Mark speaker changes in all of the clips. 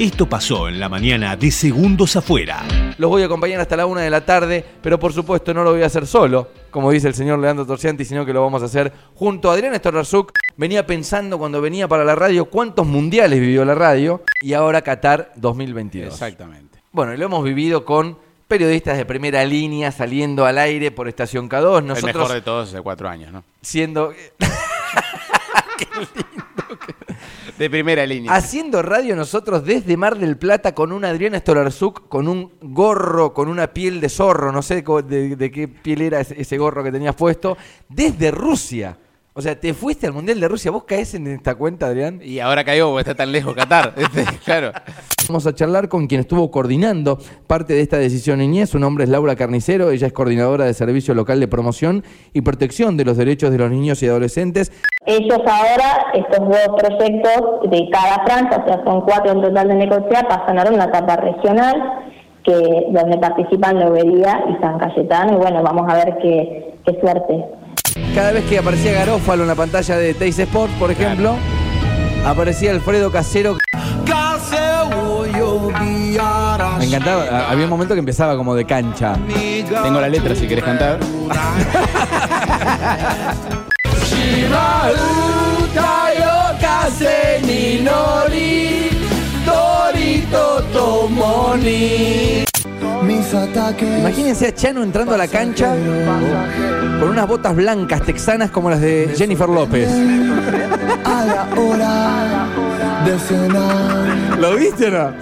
Speaker 1: Esto pasó en la mañana de Segundos Afuera.
Speaker 2: Los voy a acompañar hasta la una de la tarde, pero por supuesto no lo voy a hacer solo, como dice el señor Leandro Torcianti, sino que lo vamos a hacer junto a Adrián Estorrarzuk. Venía pensando cuando venía para la radio cuántos mundiales vivió la radio y ahora Qatar 2022.
Speaker 3: Exactamente.
Speaker 2: Bueno, y lo hemos vivido con periodistas de primera línea saliendo al aire por Estación K2. Nosotros
Speaker 3: El mejor de todos de cuatro años, ¿no?
Speaker 2: siendo.
Speaker 3: De primera línea.
Speaker 2: Haciendo radio nosotros desde Mar del Plata con un Adrián Stolarzuk, con un gorro, con una piel de zorro, no sé cómo- de, de qué piel era ese, ese gorro que tenías puesto, desde Rusia. O sea, te fuiste al Mundial de Rusia, vos caes en esta cuenta, Adrián.
Speaker 3: Y ahora cayó, porque está tan lejos Qatar. Este, claro.
Speaker 2: Vamos a charlar con quien estuvo coordinando parte de esta decisión niñez. Su nombre es Laura Carnicero, ella es coordinadora de Servicio Local de Promoción y Protección de los Derechos de los Niños y Adolescentes.
Speaker 4: Ellos ahora, estos dos proyectos de cada franja, o sea, son cuatro en total de Necochea, pasan ahora a una etapa regional, que donde participan Lobería y San Cayetano, y bueno, vamos a ver qué, qué suerte.
Speaker 2: Cada vez que aparecía Garófalo en la pantalla de Teis Sport, por ejemplo, aparecía Alfredo Casero.
Speaker 5: Me encantaba, a- había un momento que empezaba como de cancha.
Speaker 3: Tengo la letra si querés cantar.
Speaker 2: Imagínense a Chano entrando a la cancha con unas botas blancas texanas como las de Jennifer López. ¿Lo viste o no?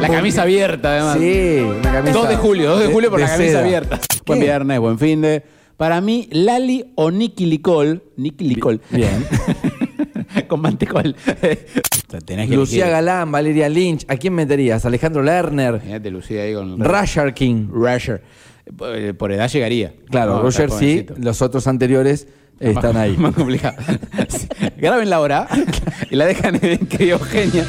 Speaker 3: La camisa abierta, además.
Speaker 2: Sí, una camisa.
Speaker 3: 2 de julio, 2 de julio por la camisa
Speaker 2: seda.
Speaker 3: abierta.
Speaker 2: ¿Qué?
Speaker 3: Buen viernes, buen fin de. Para mí, Lali o Nicky Licol. Nicky Licol.
Speaker 2: Bien.
Speaker 3: Con mantecol. O sea, tenés que
Speaker 2: Lucía
Speaker 3: elegir.
Speaker 2: Galán, Valeria Lynch, ¿a quién meterías? Alejandro Lerner,
Speaker 3: Imagínate, Lucía ahí con.
Speaker 2: Rasher King.
Speaker 3: Rasher. Eh, Por, por edad llegaría.
Speaker 2: Claro,
Speaker 3: No,
Speaker 2: Roger
Speaker 3: está
Speaker 2: sí,
Speaker 3: jovencito.
Speaker 2: los otros anteriores eh,
Speaker 3: Más-
Speaker 2: están ahí.
Speaker 3: Más complicado. Sí. Graben la hora y la dejan en criogenia.